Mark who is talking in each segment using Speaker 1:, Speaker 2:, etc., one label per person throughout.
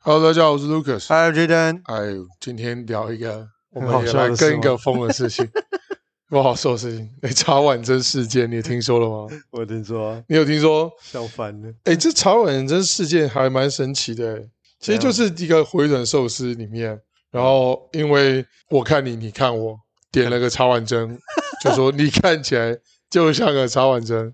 Speaker 1: Hello，大家好，我是 Lucas。
Speaker 2: Hi, Jaden。
Speaker 1: 哎呦，今天聊一个我
Speaker 2: 很好
Speaker 1: 们也
Speaker 2: 笑
Speaker 1: 来
Speaker 2: 的事
Speaker 1: 跟一
Speaker 2: 吗
Speaker 1: 个疯的 事情，不好受的事情。哎，茶碗蒸事件，你有听说了吗？
Speaker 2: 我听说啊
Speaker 1: 你有听说？
Speaker 2: 笑翻了，
Speaker 1: 哎，这茶碗蒸事件还蛮神奇的，哎其实就是一个回转寿司里面，然后因为我看你，你看我，点了个茶碗蒸， 就说你看起来就像个茶碗蒸，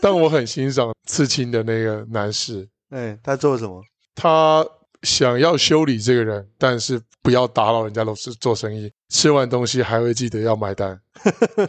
Speaker 1: 但我很欣赏刺青的那个男士，
Speaker 2: 哎，他做了什么？
Speaker 1: 他想要修理这个人，但是不要打扰人家老师做生意。吃完东西还会记得要买 单，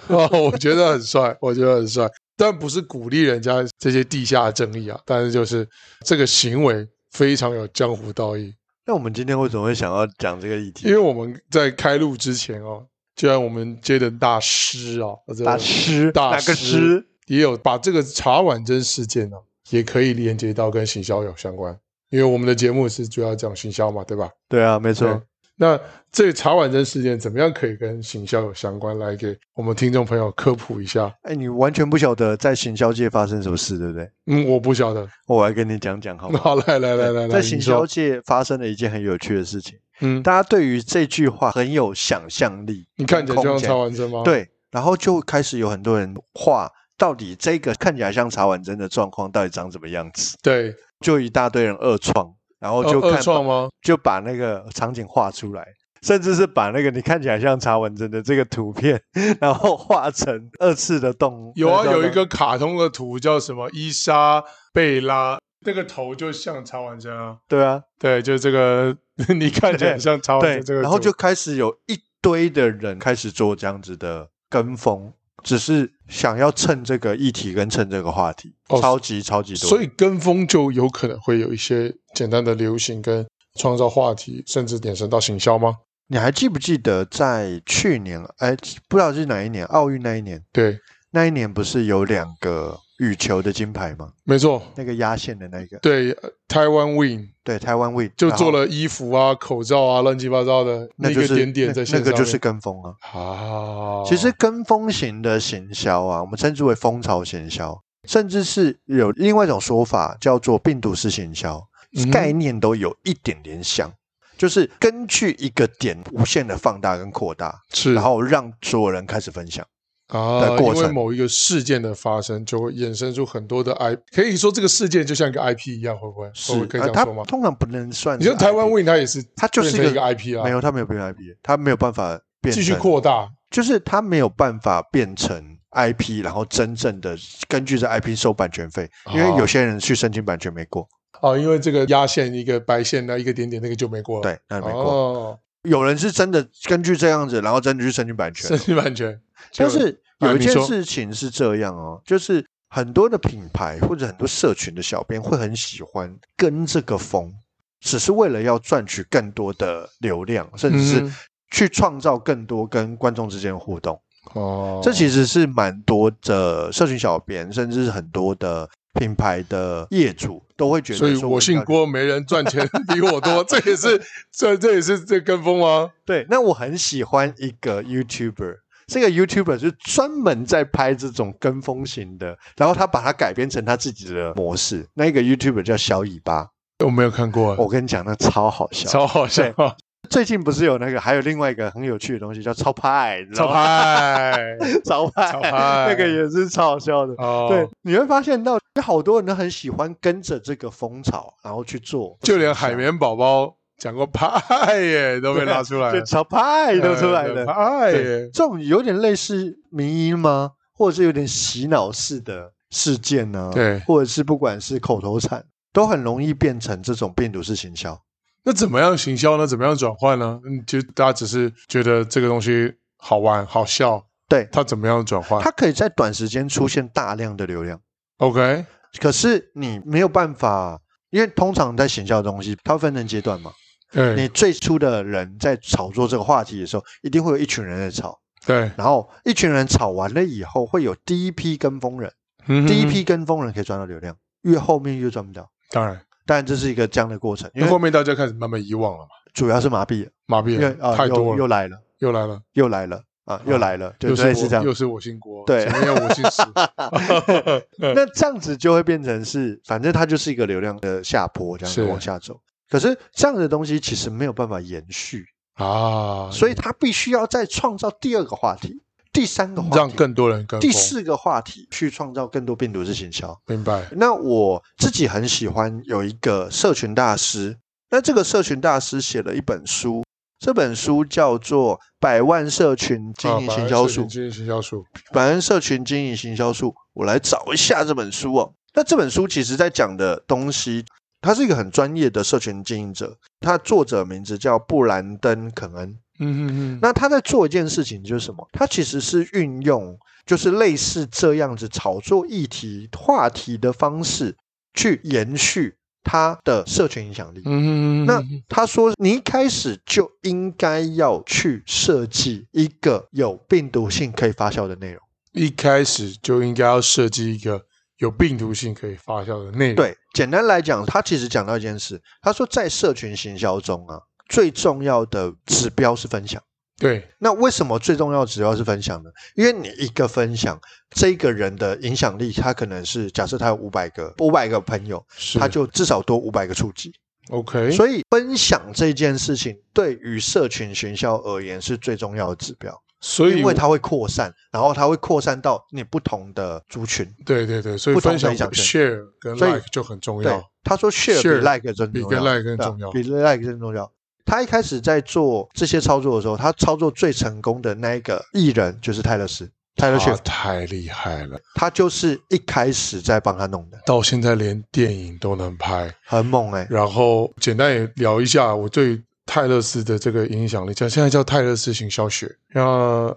Speaker 1: 哦，我觉得很帅， 我觉得很帅。但不是鼓励人家这些地下争议啊，但是就是这个行为非常有江湖道义。
Speaker 2: 那我们今天为什么会想要讲这个议
Speaker 1: 因
Speaker 2: 题？
Speaker 1: 为我们在开录之前哦，就然我们接的大师啊，这个
Speaker 2: 大师，
Speaker 1: 大
Speaker 2: 哪
Speaker 1: 师
Speaker 2: 个师？
Speaker 1: 也有把这个茶碗蒸事件呢、也可以连接到跟行销有相关，因为我们的节目是主要讲行销嘛，对吧？
Speaker 2: 对啊，没
Speaker 1: 对
Speaker 2: 错。
Speaker 1: 那这个茶碗蒸事件怎么样可以跟行销有相关？来给我们听众朋友科普一下。
Speaker 2: 哎，你完全不晓得在行销界发生什么事，对不对？
Speaker 1: 嗯，我不晓得。
Speaker 2: 我来跟你讲讲好吗？
Speaker 1: 好，来 来来来来，
Speaker 2: 在
Speaker 1: 你
Speaker 2: 行
Speaker 1: 说
Speaker 2: 销，界发生了一件很有趣的事情，
Speaker 1: 嗯，
Speaker 2: 大家对于这句话很有想象力。
Speaker 1: 你看起来就像
Speaker 2: 空间
Speaker 1: 茶碗蒸吗？，
Speaker 2: 对，然后就开始有很多人画，到底这个看起来像茶碗蒸的状况到底长什么样子？
Speaker 1: 对，
Speaker 2: 就一大堆人恶创，然后哦就
Speaker 1: 呃
Speaker 2: 看
Speaker 1: 二创吗？
Speaker 2: 就把那个场景画出来，甚至是把那个你看起来像茶碗蒸的这个图片，然后画成二次的动物。
Speaker 1: 有啊，
Speaker 2: 那叫
Speaker 1: 有一
Speaker 2: 什么
Speaker 1: 个卡通的图叫什么伊莎贝拉，那个头就像茶碗蒸啊。
Speaker 2: 对啊，
Speaker 1: 对，就是这个， 你看起来像茶碗
Speaker 2: 对
Speaker 1: 哦蒸这，个图，
Speaker 2: 然后就开始有一堆的人开始做这样子的跟风，只是想要趁这个议题跟趁这个话题，
Speaker 1: 哦
Speaker 2: 超级超级多。
Speaker 1: 所以跟风就有可能会有一些简单的流行跟创造话题，甚至衍生到行销吗？
Speaker 2: 你还记不记得在去年，哎，不知道是哪一年，奥运那一年，
Speaker 1: 对，
Speaker 2: 那一年不是有两个羽球的金牌吗？
Speaker 1: 没错，
Speaker 2: 那个压线的那个，
Speaker 1: 对，呃台湾 Win
Speaker 2: 对，台湾卫
Speaker 1: 就做。了衣服啊、口罩啊、乱七八糟的
Speaker 2: 那就
Speaker 1: 个
Speaker 2: 是
Speaker 1: 点点
Speaker 2: 那
Speaker 1: 在线
Speaker 2: 那
Speaker 1: 上面，
Speaker 2: 个就是跟风啊。
Speaker 1: 啊，
Speaker 2: 其实跟风型的行销啊，我们称之为风潮行销，甚至是有另外一种说法叫做病毒式行销，
Speaker 1: 嗯
Speaker 2: 概念都有一点点像，就是根据一个点无限的放大跟扩大，
Speaker 1: 是
Speaker 2: 然后让所有人开始分享。
Speaker 1: 啊，
Speaker 2: 的过
Speaker 1: 因为
Speaker 2: 程
Speaker 1: 某一个事件的发生，就会衍生出很多的 I，可以说这个事件就像一个 IP 一样，会不会？
Speaker 2: 是
Speaker 1: 会不会，哦可以
Speaker 2: 呃
Speaker 1: 这
Speaker 2: 它
Speaker 1: 样说吗？
Speaker 2: 通常不能算
Speaker 1: 你
Speaker 2: 是 IP。
Speaker 1: 说台湾 Win 它也是，
Speaker 2: 它就是
Speaker 1: 变成一
Speaker 2: 一
Speaker 1: 个
Speaker 2: 个
Speaker 1: IP 啊，
Speaker 2: 没有，它没有变成 IP，它没有办法变
Speaker 1: 继续
Speaker 2: 成
Speaker 1: 扩大，
Speaker 2: 就是它没有办法变成 IP，然后真正的根据这 IP 收版权费，因为
Speaker 1: 哦
Speaker 2: 有些人去申请版权没过，
Speaker 1: 哦，因为这个压线一个白线那一个点点那个就没过了，，
Speaker 2: 对，那没过。
Speaker 1: 哦，
Speaker 2: 有人是真的根据这样子，然后真的去申请版
Speaker 1: 申
Speaker 2: 权，
Speaker 1: 请版权，
Speaker 2: 但是
Speaker 1: 啊
Speaker 2: 有一
Speaker 1: 你
Speaker 2: 件
Speaker 1: 说
Speaker 2: 事情是这样哦，就是很多的品牌或者很多社群的小编会很喜欢跟这个风，只是为了要赚取更多的流量，甚至
Speaker 1: 嗯
Speaker 2: 是去创造更多跟观众之间的互动。
Speaker 1: 哦，
Speaker 2: 这其实是蛮多的社群小编，甚至是很多的品牌的业主都会觉得
Speaker 1: 所
Speaker 2: 说，
Speaker 1: 以我姓
Speaker 2: 要。
Speaker 1: 郭，没人赚钱 比我多，这也是这这也是这跟风吗？
Speaker 2: 对，那我很喜欢一个 YouTuber，这个 YouTuber 是专门在拍这种跟风型的，然后他把它改编成他自己的模式。那一个 YouTuber 叫小尾巴，
Speaker 1: 我没有看过，啊
Speaker 2: 我跟你讲，那超好笑。
Speaker 1: 嗯超好笑，
Speaker 2: 最近不是有那个，还有另外一个很有趣的东西叫超派，你知道
Speaker 1: 超
Speaker 2: 吗
Speaker 1: 嗨
Speaker 2: 超派，
Speaker 1: 超派
Speaker 2: 那个也是超好笑的。
Speaker 1: 哦，
Speaker 2: 对，，你会发现到有好多人都很喜欢跟着这个风潮，然后去做，
Speaker 1: 就连海绵宝宝讲过派耶都被拉出来
Speaker 2: 对
Speaker 1: 了，
Speaker 2: 超派都出来
Speaker 1: 呃
Speaker 2: 了。
Speaker 1: 派
Speaker 2: 对
Speaker 1: 耶，
Speaker 2: 这种有点类似迷因吗？或者是有点洗脑式的事件呢、
Speaker 1: 对
Speaker 2: 或者是不管是口头禅，都很容易变成这种病毒式行销。
Speaker 1: 那怎么样行销呢？怎么样转换呢？嗯，就大家只是觉得这个东西好玩好笑，
Speaker 2: 对，
Speaker 1: 它怎么样转换
Speaker 2: 它可以在短时间出现大量的流量，
Speaker 1: ？OK，哎
Speaker 2: 可是你没有办法，因为通常在行销的东西，它会分成阶段嘛。
Speaker 1: 对
Speaker 2: 你最初的人在炒作这个话题的时候，一定会有一群人在炒，
Speaker 1: 对，
Speaker 2: 然后一群人炒完了以后，会有第一批跟风人，
Speaker 1: 嗯哼
Speaker 2: 第一批跟风人可以赚到流量，越后面越赚不到。
Speaker 1: 当然，
Speaker 2: 当然这是一个这样的过程，
Speaker 1: 因
Speaker 2: 因
Speaker 1: 为
Speaker 2: 为
Speaker 1: 后面大家开始慢慢遗忘了嘛，
Speaker 2: 主要是麻痹了，
Speaker 1: 麻痹
Speaker 2: 因为
Speaker 1: 了，
Speaker 2: 啊、
Speaker 1: 太多
Speaker 2: 又
Speaker 1: 了，
Speaker 2: 又来了，
Speaker 1: 又来了，
Speaker 2: 又来了啊，又来了，对
Speaker 1: 又
Speaker 2: 不对？
Speaker 1: 是
Speaker 2: 是
Speaker 1: 我
Speaker 2: 这样
Speaker 1: 又。是我姓郭，
Speaker 2: 对
Speaker 1: 前面我姓 石，
Speaker 2: 那这样子就会变成是，反正它就是一个流量的下坡，这样
Speaker 1: 是
Speaker 2: 子往下走。可是这样的东西其实没有办法延续，
Speaker 1: 啊，
Speaker 2: 所以他必须要再创造第二个话题、第三个话题、
Speaker 1: 让更多人跟风
Speaker 2: 第四个话题去创造更多病毒式行销。
Speaker 1: 明白
Speaker 2: 那我自己很喜欢有一个社群大师，那这个社群大师写了一本书，这本书叫做《百万社群
Speaker 1: 啊
Speaker 2: 经营行销术》。
Speaker 1: 经营行销术
Speaker 2: 啊百万社群经营行销术，我来找一下这本书哦。那这本书其实在讲的东西，他是一个很专业的社群经营者，他作者名字叫布兰登·肯恩。
Speaker 1: 嗯嗯嗯，
Speaker 2: 那他在做一件事情就是什么？他其实是运用就是类似这样子炒作议题话题的方式，去延续他的社群影响力。
Speaker 1: 嗯嗯嗯，
Speaker 2: 那他说，你一开始就应该要去设计一个有病毒性可以发酵的内容。
Speaker 1: 一开始就应该要设计一个有病毒性可以发酵的内容。，
Speaker 2: 对，简单来讲，他其实讲到一件事，他说在社群行销中啊，最重要的指标是分享。
Speaker 1: 对，
Speaker 2: 那为什么最重要的指标是分享呢？因为你一个分享，这个人的影响力，他可能是假设他有五百个五百个朋友，
Speaker 1: 是
Speaker 2: 他就至少多五百个触及。
Speaker 1: OK，
Speaker 2: 所以分享这件事情对于社群行销而言是最重要的指标，
Speaker 1: 所以
Speaker 2: 因为它会扩散，然后它会扩散到你不同的族群。
Speaker 1: 对对对，所以
Speaker 2: 不同
Speaker 1: 分
Speaker 2: 的
Speaker 1: 享
Speaker 2: 影响圈
Speaker 1: share 跟
Speaker 2: 所以
Speaker 1: like 就很重
Speaker 2: 对
Speaker 1: 要。，
Speaker 2: 他说 share 比
Speaker 1: Share
Speaker 2: like 更
Speaker 1: 比
Speaker 2: 重
Speaker 1: 跟
Speaker 2: 要，
Speaker 1: like 更
Speaker 2: 对啊
Speaker 1: 重要
Speaker 2: 比 like 更重要。他一开始在做这些操作的时候，他操作最成功的那一个艺人就是泰勒斯，泰勒斯
Speaker 1: 他啊太厉害了，
Speaker 2: 他就是一开始在帮他弄的，
Speaker 1: 到现在连电影都能拍。
Speaker 2: 很猛哎、
Speaker 1: 然后简单也聊一下我对泰勒斯的这个影响力，叫现在叫泰勒斯行销学。那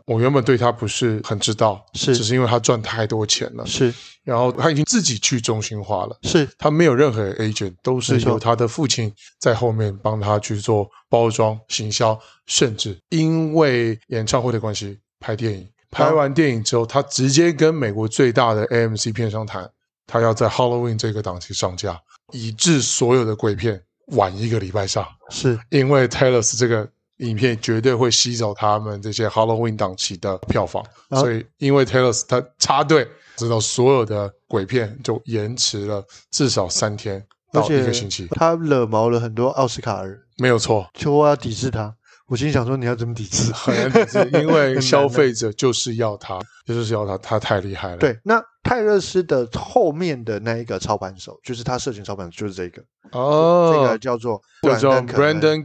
Speaker 1: 我原本对他不是很知道，
Speaker 2: 是
Speaker 1: 只是因为他赚太多钱了，
Speaker 2: 是
Speaker 1: 然后他已经自己去中心化了。
Speaker 2: 是
Speaker 1: 他没有任何 agent，都是
Speaker 2: 没错
Speaker 1: 由他的父亲在后面帮他去做包装、行销，甚至因为演唱会的关系拍电影。拍完电影之后，他直接跟美国最大的 AMC 片商谈，他要在 Halloween 这个档期上架，以致所有的鬼片晚一个礼拜上，
Speaker 2: 是
Speaker 1: 因为 Taylor 这个影片绝对会吸走他们这些 Halloween 档期的票房，
Speaker 2: 啊
Speaker 1: 所以因为 Taylor 他插队，直到所有的鬼片就延迟了至少三天
Speaker 2: 而
Speaker 1: 到一
Speaker 2: 且
Speaker 1: 个星期，
Speaker 2: 他惹毛了很多奥斯卡人，
Speaker 1: 没有错，
Speaker 2: 就要抵制他。我心里想说，你要怎么抵制？啊
Speaker 1: 很难抵制，因
Speaker 2: 很难
Speaker 1: 为
Speaker 2: 啊
Speaker 1: 消费者就是要他，就是要他，他太厉害了。，
Speaker 2: 对。那泰勒斯的后面的那一个操盘手，就是他社群操盘手，就是这个，这
Speaker 1: 哦
Speaker 2: 个，呃叫做
Speaker 1: 叫做
Speaker 2: Brandon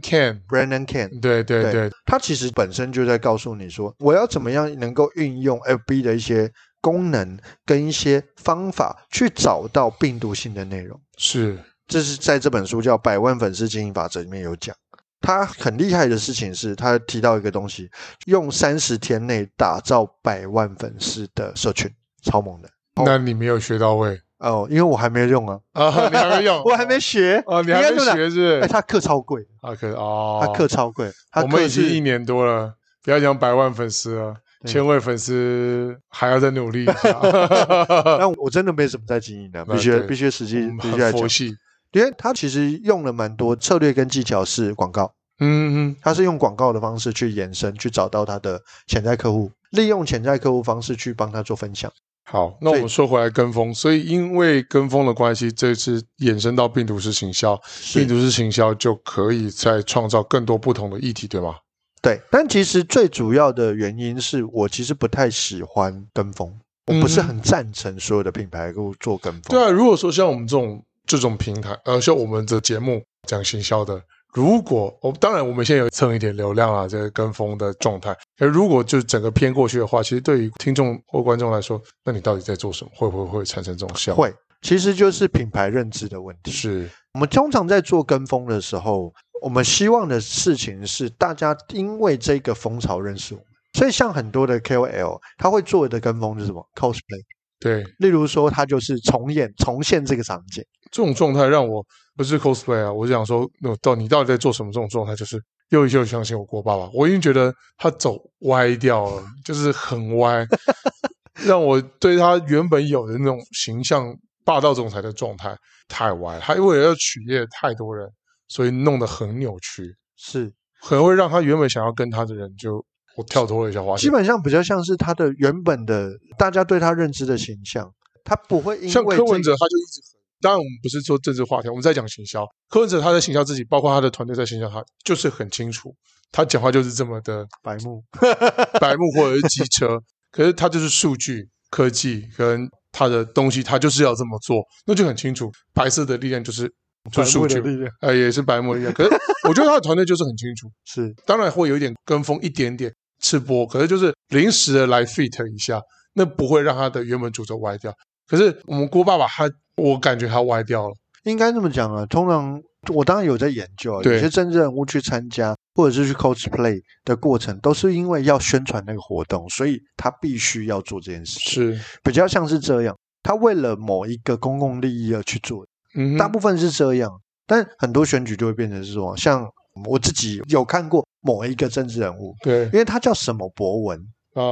Speaker 1: Brandon
Speaker 2: Cannon
Speaker 1: Can，
Speaker 2: Brandon Can。
Speaker 1: 对对对，
Speaker 2: 他其实本身就在告诉你说，我要怎么样能够运用 FB 的一些功能跟一些方法去找到病毒性的内容。
Speaker 1: 是
Speaker 2: 这是在这本书叫《百万粉丝经营法则》里面有讲。他很厉害的事情是，他提到一个东西，用三十天内打造百万粉丝的社群，超猛的哦
Speaker 1: 那你没有学到位
Speaker 2: 哦！因为我还没用啊，
Speaker 1: 啊，你还没用，
Speaker 2: 我还没学
Speaker 1: 哦，你还
Speaker 2: 应
Speaker 1: 没
Speaker 2: 该用哪
Speaker 1: 学是不是
Speaker 2: 哎，他课超贵，
Speaker 1: 啊，可哦，
Speaker 2: 他课超贵，他
Speaker 1: 我们
Speaker 2: 课
Speaker 1: 已经一
Speaker 2: 是
Speaker 1: 年多了，不要讲百万粉丝了，
Speaker 2: 对
Speaker 1: 千位粉丝还要再努力一 下。
Speaker 2: 但我真的没怎么在经营的，
Speaker 1: 那
Speaker 2: 必须
Speaker 1: 对
Speaker 2: 必须实际
Speaker 1: 嗯
Speaker 2: 必须来
Speaker 1: 很
Speaker 2: 讲
Speaker 1: 佛，系，
Speaker 2: 因为他其实用了蛮多策略跟技巧是广告，
Speaker 1: 嗯嗯，
Speaker 2: 他是用广告的方式去延伸，去找到他的潜在客户，利用潜在客户方式去帮他做分享。
Speaker 1: 好，那我们说回来跟风，所以因为跟风的关系，这次衍生到病毒式行销，病毒式行销就可以再创造更多不同的议题，对吗？
Speaker 2: 对，但其实最主要的原因是我其实不太喜欢跟风，我不是
Speaker 1: 嗯哼
Speaker 2: 很赞成所有的品牌都做跟风。
Speaker 1: 对啊，如果说像我们这种这种平台，呃，像我们的节目讲行销的，如果我、当然我们现在有蹭一点流量啊，这个跟风的状态，而如果就整个偏过去的话，其实对于听众或观众来说，那你到底在做什么？会不会会产生这种效果？
Speaker 2: 会，其实就是品牌认知的问题。
Speaker 1: 是
Speaker 2: 我们通常在做跟风的时候，我们希望的事情是大家因为这个风潮认识我们。所以，像很多的 KOL，他会做的跟风是什么？cosplay，
Speaker 1: 对
Speaker 2: 例如说，他就是重演、重现这个场景。
Speaker 1: 这种状态让我不是 cosplay 啊，我想说，那到你到底在做什么？这种状态就是又又相信我郭爸爸，我已经觉得他走歪掉了，就是很歪，让我对他原本有的那种形象霸道总裁的状态太歪，他为了要取悦太多人，所以弄得很扭曲，
Speaker 2: 是，
Speaker 1: 很会让他原本想要跟他的人就我跳脱了一下滑
Speaker 2: 基
Speaker 1: 线。
Speaker 2: 本上比较像是他的原本的大家对他认知的形象，他不会因
Speaker 1: 像
Speaker 2: 为
Speaker 1: 柯文
Speaker 2: 这
Speaker 1: 哲，他就一直当然，我们不是说政治话题，我们在讲行销。柯文哲他在行销自己，包括他的团队在行销他，就是很清楚，他讲话就是这么 的
Speaker 2: 白目，
Speaker 1: 白目或者是机车，可是他就是数据科技跟他的东西，他就是要这么做，那就很清楚。白色的力量就是就
Speaker 2: 白
Speaker 1: 是
Speaker 2: 目
Speaker 1: 数
Speaker 2: 的
Speaker 1: 据，
Speaker 2: 力量
Speaker 1: 呃，也是白目的力量。可是我觉得他的团队就是很清楚，
Speaker 2: 是
Speaker 1: 当然会有一点跟风，一点点吃播，可是就是临时的来 fit 一下，那不会让他的原本主轴歪掉。可是我们郭爸爸他，我感觉他歪掉了，
Speaker 2: 应该这么讲啊。通常我当然有在研究啊，有
Speaker 1: 对
Speaker 2: 些政治人物去参加或者是去 cosplay 的过程，都是因为要宣传那个活动，所以他必须要做这件事情，
Speaker 1: 是，
Speaker 2: 比较像是这样。他为了某一个公共利益而去做，
Speaker 1: 嗯
Speaker 2: 大
Speaker 1: 哼，
Speaker 2: 部分是这样，但很多选举就会变成是什么？像我自己有看过某一个政治人物，
Speaker 1: 对
Speaker 2: 因为他叫什么博文，
Speaker 1: 啊，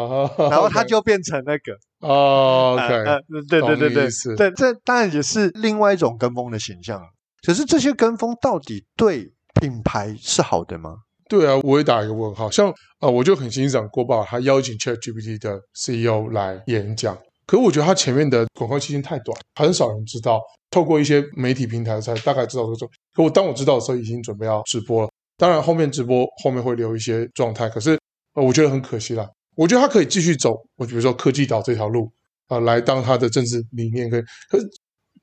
Speaker 2: 然后他就变成那个。
Speaker 1: 哦
Speaker 2: 呃
Speaker 1: ，OK，
Speaker 2: 呃对对对
Speaker 1: 懂你
Speaker 2: 对
Speaker 1: 意思
Speaker 2: 对，这当然也是另外一种跟风的形象。啊可是这些跟风到底对品牌是好的吗？
Speaker 1: 对啊，我也打一个问号。像啊、呃我就很欣赏郭爸爸，他邀请 ChatGPT 的 CEO 来演讲，可我觉得他前面的广告期间太短，很少人知道。透过一些媒体平台才大概知道这个状况。可我当我知道的时候，已经准备要直播了。当然，后面直播后面会留一些状态，可是、呃我觉得很可惜啦。我觉得他可以继续走，我比如说科技岛这条路啊、来当他的政治理念跟可是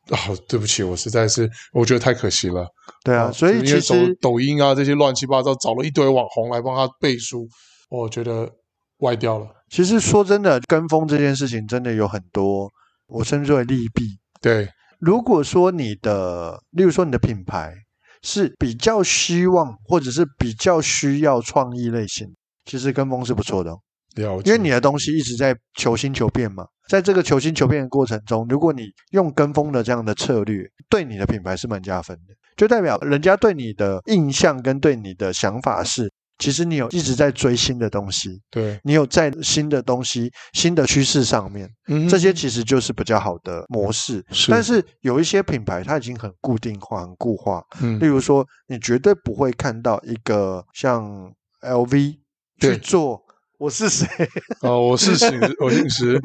Speaker 1: 啊、对不起，我实在是我觉得太可惜了。
Speaker 2: 对啊，
Speaker 1: 哦
Speaker 2: 所以
Speaker 1: 因
Speaker 2: 其
Speaker 1: 为抖
Speaker 2: 实
Speaker 1: 抖音啊这些乱七八糟，找了一堆网红来帮他背书，我觉得歪掉了。
Speaker 2: 其实说真的，跟风这件事情真的有很多，我称之为利弊。
Speaker 1: 对，
Speaker 2: 如果说你的，例如说你的品牌是比较希望或者是比较需要创意类型，其实跟风是不错的哦、
Speaker 1: 了解。
Speaker 2: 因为你的东西一直在求新求变嘛，在这个求新求变的过程中，如果你用跟风的这样的策略，对你的品牌是蛮加分的，就代表人家对你的印象跟对你的想法是，其实你有一直在追新的东西，
Speaker 1: 对，
Speaker 2: 你有在新的东西、新的趋势上面，
Speaker 1: 嗯
Speaker 2: 这些其实就是比较好的模式。
Speaker 1: 是
Speaker 2: 但是有一些品牌它已经很固定化、很固化，
Speaker 1: 嗯
Speaker 2: 例如说，你绝对不会看到一个像 LV 去
Speaker 1: 对
Speaker 2: 做。我是谁？
Speaker 1: 哦，我是 醒，我姓石，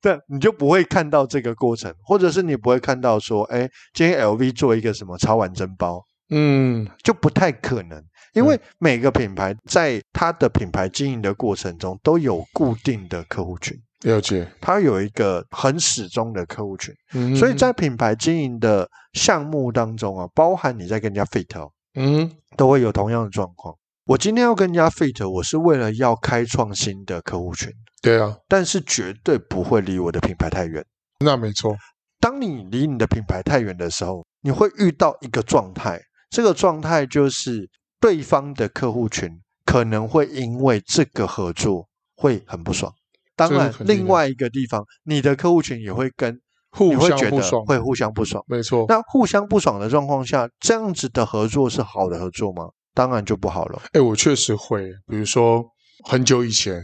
Speaker 2: 但你就不会看到这个过程，或者是你不会看到说，哎，今天 LV 做一个什么超完真包，
Speaker 1: 嗯，
Speaker 2: 就不太可能，因为每个品牌在它的品牌经营的过程中都有固定的客户群，
Speaker 1: 了解。
Speaker 2: 它有一个很始终的客户群，
Speaker 1: 嗯
Speaker 2: 所以在品牌经营的项目当中啊，包含你在跟人家 fit 哦，
Speaker 1: 嗯
Speaker 2: 都会有同样的状况。我今天要跟人家 fit，我是为了要开创新的客户群，
Speaker 1: 对啊，
Speaker 2: 但是绝对不会离我的品牌太远。
Speaker 1: 那没错，
Speaker 2: 当你离你的品牌太远的时候，你会遇到一个状态，这个状态就是对方的客户群可能会因为这个合作会很不爽。当
Speaker 1: 这是
Speaker 2: 然，
Speaker 1: 肯定的
Speaker 2: 另外一个地方，你的客户群也会跟你
Speaker 1: 互
Speaker 2: 会
Speaker 1: 相
Speaker 2: 觉
Speaker 1: 不
Speaker 2: 得
Speaker 1: 爽，
Speaker 2: 会互相不爽。
Speaker 1: 没错。
Speaker 2: 那互相不爽的状况下，这样子的合作是好的合作吗？当然就不好了。
Speaker 1: 哎，我确实会，比如说很久以前，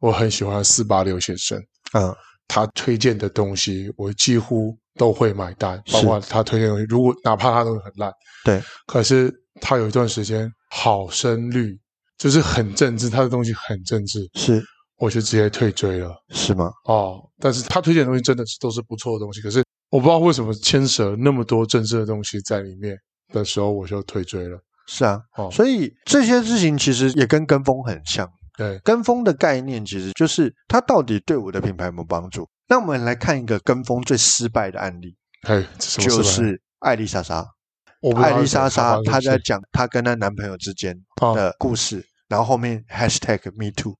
Speaker 1: 我很喜欢四八六先生，
Speaker 2: 嗯，
Speaker 1: 他推荐的东西，我几乎都会买单，
Speaker 2: 是
Speaker 1: 包括他推荐的东西，如果哪怕他东西很烂，
Speaker 2: 对。
Speaker 1: 可是他有一段时间好声律，就是很政治，他的东西很政治，
Speaker 2: 是
Speaker 1: 我就直接退追了
Speaker 2: 是吗？
Speaker 1: 哦。但是他推荐的东西真的是都是不错的东西，可是我不知道为什么牵扯那么多政治的东西在里面的时候，我就退追了。
Speaker 2: 是啊，
Speaker 1: 哦，
Speaker 2: 所以这些事情其实也跟跟风很像。
Speaker 1: 对，
Speaker 2: 跟风的概念其实就是它到底对我的品牌有没有帮助。那我们来看一个跟风最失败的案例，
Speaker 1: 哎，这什么事
Speaker 2: 就
Speaker 1: 吧
Speaker 2: 是艾丽莎莎。
Speaker 1: 我不知道
Speaker 2: 艾丽莎
Speaker 1: 是
Speaker 2: 莎
Speaker 1: 什么
Speaker 2: 她在
Speaker 1: 是
Speaker 2: 讲她跟她男朋友之间
Speaker 1: 哦
Speaker 2: 的故事，然后后面 hashtag me too。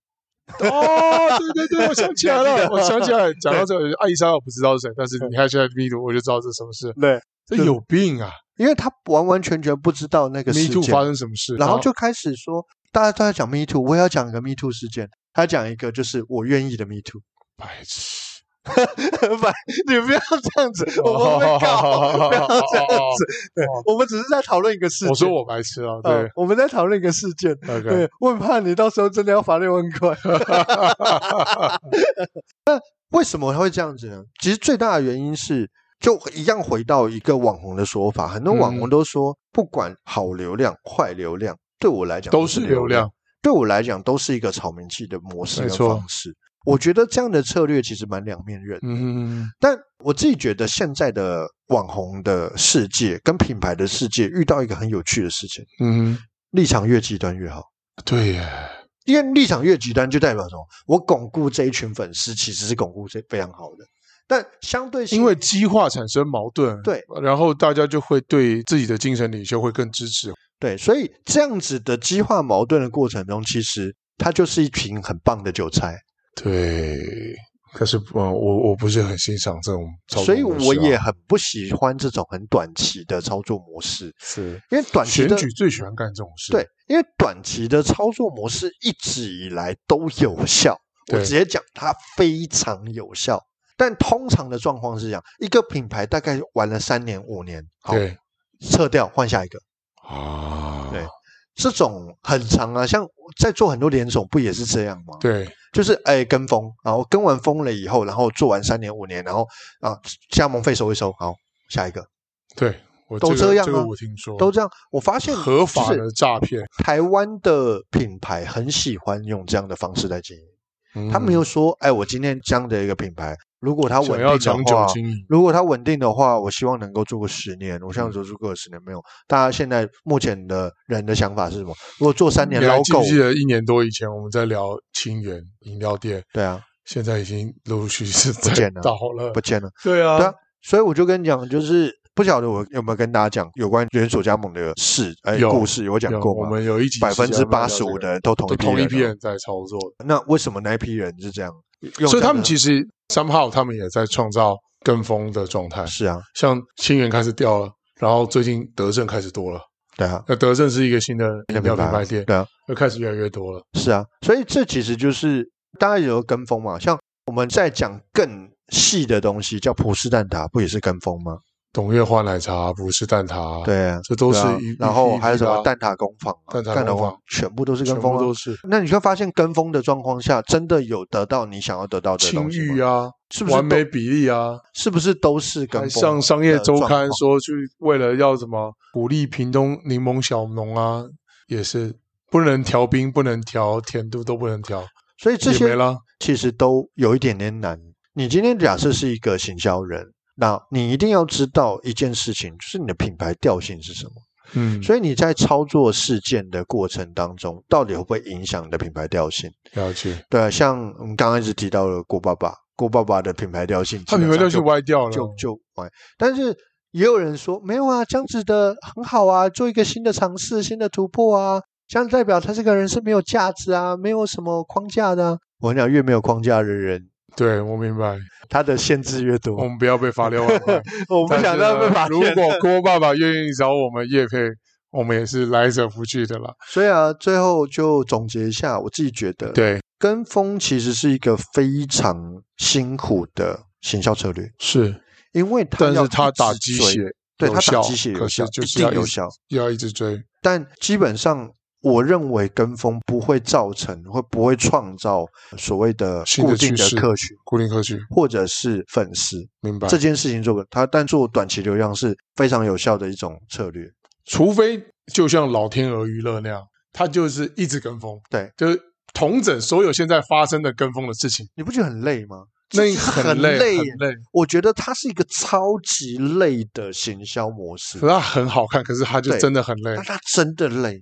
Speaker 1: 哦，对对对，我想起来
Speaker 2: 记
Speaker 1: 了，
Speaker 2: 得
Speaker 1: 我想起来了，讲到这个，艾丽莎我不知道是谁，但是你看现在 B 图，我就知道这是什么事，
Speaker 2: 对，
Speaker 1: 这有病啊
Speaker 2: 因为她完完全全不知道那个
Speaker 1: ！Me
Speaker 2: 事
Speaker 1: too
Speaker 2: 件，
Speaker 1: 发生什么事？
Speaker 2: 然后就开始说大家都在讲 me too，我也要讲一个 me too 事件。她讲一个就是我愿意的 me too，
Speaker 1: 白痴，
Speaker 2: 反你不要这样子，我们会被 告，不要这样子。对
Speaker 1: 哦，
Speaker 2: 我们只是在讨论一个事件。
Speaker 1: 我说我白痴啊，
Speaker 2: 呃
Speaker 1: 对
Speaker 2: 我们在讨论一个事件。
Speaker 1: ，OK，
Speaker 2: 对，我很怕你到时候真的要法律问 官。为什么他会这样子呢？其实最大的原因是，就一样回到一个网红的说法，很多网红都说，不管好流量、坏流量，对我来讲
Speaker 1: 都是流
Speaker 2: 流
Speaker 1: 量，，
Speaker 2: 对我来讲都是一个炒名气的模式
Speaker 1: 没
Speaker 2: 跟
Speaker 1: 错
Speaker 2: 方式。我觉得这样的策略其实蛮两面刃。
Speaker 1: 嗯嗯
Speaker 2: 但我自己觉得现在的网红的世界跟品牌的世界遇到一个很有趣的事情，
Speaker 1: 嗯，嗯
Speaker 2: 立场越极端越好。
Speaker 1: 对耶，
Speaker 2: 因为立场越极端，就代表什么？我巩固这一群粉丝，其实是巩固这非常好的。但相对性
Speaker 1: 因为激化产生矛盾，
Speaker 2: 对，
Speaker 1: 然后大家就会对自己的精神领袖会更支持。
Speaker 2: 对，所以这样子的激化矛盾的过程中，其实它就是一瓶很棒的韭菜。
Speaker 1: 对，可是嗯，我我不是很欣赏这种操作模式
Speaker 2: 所
Speaker 1: 啊，
Speaker 2: 以我也很不喜欢这种很短期的操作模式，
Speaker 1: 是
Speaker 2: 因为短期
Speaker 1: 选
Speaker 2: 的
Speaker 1: 举最喜欢干这种事。
Speaker 2: 对，因为短期的操作模式一直以来都有效。我
Speaker 1: 对
Speaker 2: 直接讲，它非常有效。但通常的状况是这样：一个品牌大概玩了三年、五年，好，
Speaker 1: 对
Speaker 2: 撤掉换下一个。
Speaker 1: 啊，
Speaker 2: 对这种很长啊，像在做很多联手，不也是这样吗？
Speaker 1: 对
Speaker 2: 就是哎跟风，然后跟完风了以后，然后做完三年五年，然后啊加盟费收一收，好下一个
Speaker 1: 哦对，我
Speaker 2: 都
Speaker 1: 这
Speaker 2: 这
Speaker 1: 个
Speaker 2: 样
Speaker 1: 这个
Speaker 2: 啊
Speaker 1: 我听说
Speaker 2: 都这样。我发现
Speaker 1: 合法
Speaker 2: 就
Speaker 1: 的
Speaker 2: 是
Speaker 1: 诈骗，
Speaker 2: 台湾的品牌很喜欢用这样的方式来经营，他没
Speaker 1: 嗯
Speaker 2: 有说哎我今天这样的一个品牌，如果它稳
Speaker 1: 想要
Speaker 2: 定
Speaker 1: 长
Speaker 2: 的话
Speaker 1: 久。经营，
Speaker 2: 如果它稳定的话，我希望能够做个十年。我希望
Speaker 1: 嗯
Speaker 2: 做做个十年没有。大家现在目前的人的想法是什么？如果做三年
Speaker 1: 你还
Speaker 2: 捞
Speaker 1: 记不
Speaker 2: 够，
Speaker 1: 记得一年多以前我们在聊清源饮料店，
Speaker 2: 对啊，
Speaker 1: 现在已经陆续是在
Speaker 2: 见了
Speaker 1: 倒了
Speaker 2: 不。见了。
Speaker 1: 对
Speaker 2: 对
Speaker 1: 啊
Speaker 2: 啊，所以我就跟你讲，就是不晓得我有没有跟大家讲有关连锁加盟的事，哎，
Speaker 1: 有
Speaker 2: 故事我讲
Speaker 1: 有
Speaker 2: 过
Speaker 1: 我
Speaker 2: 吗？
Speaker 1: 们有一集
Speaker 2: 百分之
Speaker 1: 是
Speaker 2: 八
Speaker 1: 讲到
Speaker 2: 十
Speaker 1: 这
Speaker 2: 五
Speaker 1: 个
Speaker 2: 的人都同
Speaker 1: 都
Speaker 2: 一批人
Speaker 1: 同一批
Speaker 2: 哦，
Speaker 1: 人在操作的，
Speaker 2: 那为什么那一批人是这样？用
Speaker 1: 所以
Speaker 2: 这样
Speaker 1: 他
Speaker 2: 的
Speaker 1: 们其实 somehow 他们也在创造跟风的状态，
Speaker 2: 是啊，
Speaker 1: 像清源开始掉了，然后最近德政开始多了，
Speaker 2: 对啊，
Speaker 1: 那德政是一个新的饮料品牌店，
Speaker 2: 对啊，
Speaker 1: 又开始越来越多了。
Speaker 2: 是啊，所以这其实就是大家有跟风嘛，像我们在讲更细的东西，叫葡式蛋挞，不也是跟风吗？
Speaker 1: 董月花奶茶、不是蛋挞，，
Speaker 2: 对啊，
Speaker 1: 这都是
Speaker 2: 对啊
Speaker 1: 一，
Speaker 2: 然后还有什么
Speaker 1: 蛋
Speaker 2: 蛋挞工坊啊、
Speaker 1: 蛋挞
Speaker 2: 蛋挞
Speaker 1: 工
Speaker 2: 工坊
Speaker 1: 坊，
Speaker 2: 全部都是
Speaker 1: 全
Speaker 2: 跟
Speaker 1: 部
Speaker 2: 风啊
Speaker 1: 都。是
Speaker 2: 那你会发现，跟风的状况下，真的有得到你想要得到的
Speaker 1: 清
Speaker 2: 东西吗
Speaker 1: 玉啊、
Speaker 2: 是不是
Speaker 1: 完
Speaker 2: 都
Speaker 1: 美比例啊，
Speaker 2: 是不是都是跟
Speaker 1: 还
Speaker 2: 风
Speaker 1: 上商业周刊
Speaker 2: 的状
Speaker 1: 说去为了要什么鼓励屏东柠檬小农啊，也是不能调冰，不能调甜度，都不能调，
Speaker 2: 况？所以这
Speaker 1: 也没
Speaker 2: 些
Speaker 1: 了。
Speaker 2: 其实都有一点点难。你今天假设是一个行销人，那你一定要知道一件事情，就是你的品牌调性是什么。
Speaker 1: 嗯，
Speaker 2: 所以你在操作事件的过程当中，到底会不会影响你的品牌调性？
Speaker 1: 了解。
Speaker 2: 对啊，像我们刚开始提到的郭爸爸，郭爸爸的品牌调性基
Speaker 1: 他
Speaker 2: 本
Speaker 1: 品
Speaker 2: 上
Speaker 1: 牌
Speaker 2: 就，
Speaker 1: 料性歪掉了，
Speaker 2: 就就哎，但是也有人说没有啊，这样子的很好啊，做一个新的尝试、新的突破啊，这样代表他这个人是没有价值啊，没有什么框架的、啊。我跟你讲，越没有框架的人，
Speaker 1: 对我明白。
Speaker 2: 他的限制越多。
Speaker 1: 我们不要被 罚六万块，
Speaker 2: 我不想让被
Speaker 1: 但
Speaker 2: 发
Speaker 1: 是呢
Speaker 2: 现
Speaker 1: 如。果郭爸爸愿意找我们叶配，我们也是来者不拒的啦。
Speaker 2: 所以啊，最后就总结一下，我自己觉得，
Speaker 1: 对，
Speaker 2: 跟风其实是一个非常辛苦的行销策略，
Speaker 1: 是，
Speaker 2: 因为他
Speaker 1: 但
Speaker 2: 要
Speaker 1: 是他
Speaker 2: 一直
Speaker 1: 打鸡
Speaker 2: 追
Speaker 1: 血，
Speaker 2: 对
Speaker 1: 有
Speaker 2: 他打
Speaker 1: 效
Speaker 2: 鸡血有
Speaker 1: 可是
Speaker 2: 效，
Speaker 1: 就
Speaker 2: 一
Speaker 1: 是要
Speaker 2: 定
Speaker 1: 一
Speaker 2: 有
Speaker 1: 直
Speaker 2: 效。
Speaker 1: 要一直追。
Speaker 2: 但基本上，我认为跟风不会造成，会不会创造所谓的
Speaker 1: 新的
Speaker 2: 固定
Speaker 1: 趋
Speaker 2: 的
Speaker 1: 势
Speaker 2: 客群
Speaker 1: 固定客群，
Speaker 2: 或者是粉丝
Speaker 1: 明白
Speaker 2: 这？件事情做不，它但做短期流量是非常有效的一种策略。
Speaker 1: 除非就像老天鹅娱乐那样，他就是一直跟风，
Speaker 2: 对，
Speaker 1: 就是统整所有现在发生的跟风的事情，
Speaker 2: 你不觉得很累吗？
Speaker 1: 那
Speaker 2: 这是
Speaker 1: 很
Speaker 2: 累，
Speaker 1: 累，很
Speaker 2: 耶
Speaker 1: 累。
Speaker 2: 我觉得它是一个超级累的行销模式
Speaker 1: 可，是它很好看，可是它就
Speaker 2: 对
Speaker 1: 真的很累
Speaker 2: 但。它真的累。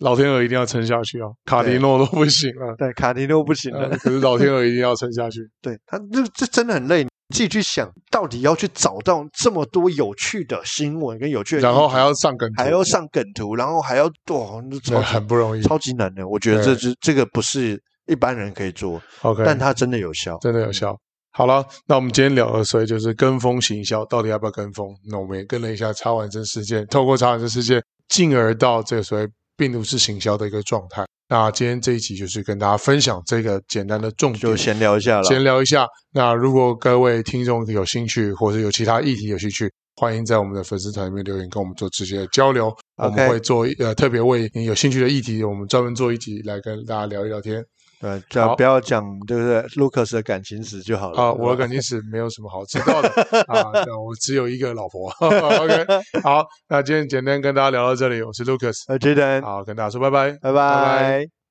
Speaker 1: 老天鹅一定要撑下去哦，卡迪诺都不行了。
Speaker 2: 对，卡迪诺不行
Speaker 1: 呃可是老天鹅一定要撑下去。
Speaker 2: 对他这这真的很累，你自己去想到底要去找到这么多有趣的新闻跟有趣的议题，
Speaker 1: 然后还要上梗图，
Speaker 2: 还要上梗图，然后还要哇，那
Speaker 1: 对
Speaker 2: 超级
Speaker 1: 很不容易。
Speaker 2: 超级难的。我觉得这
Speaker 1: 对
Speaker 2: 是这个不是一般人可以做，
Speaker 1: OK，
Speaker 2: 但它真的有效。
Speaker 1: 真的有效。好了，那我们今天聊的，所以就是跟风行销到底要不要跟风？那我们也跟了一下茶碗蒸事件，透过茶碗蒸事件，进而到这个所谓病毒式行销的一个状态。那今天这一集就是跟大家分享这个简单的重点，
Speaker 2: 就闲聊一下了，
Speaker 1: 闲聊一下。那如果各位听众有兴趣，或者有其他议题有兴趣，欢迎在我们的粉丝团里面留言，跟我们做直接的交流。我
Speaker 2: OK
Speaker 1: 们会做一呃特别为你有兴趣的议题，我们专门做一集来跟大家聊一聊天。
Speaker 2: 对，这样
Speaker 1: 好
Speaker 2: 不要讲就是 Lucas 的感情史就好了
Speaker 1: 啊，我的
Speaker 2: 感
Speaker 1: 感情史没有什么好知道的啊，那我只有一个老婆。OK，好，那今天简单跟大家聊到这里，我是 Lucas，
Speaker 2: 呃，杰登，
Speaker 1: 好，跟大家说拜拜。拜
Speaker 2: 拜拜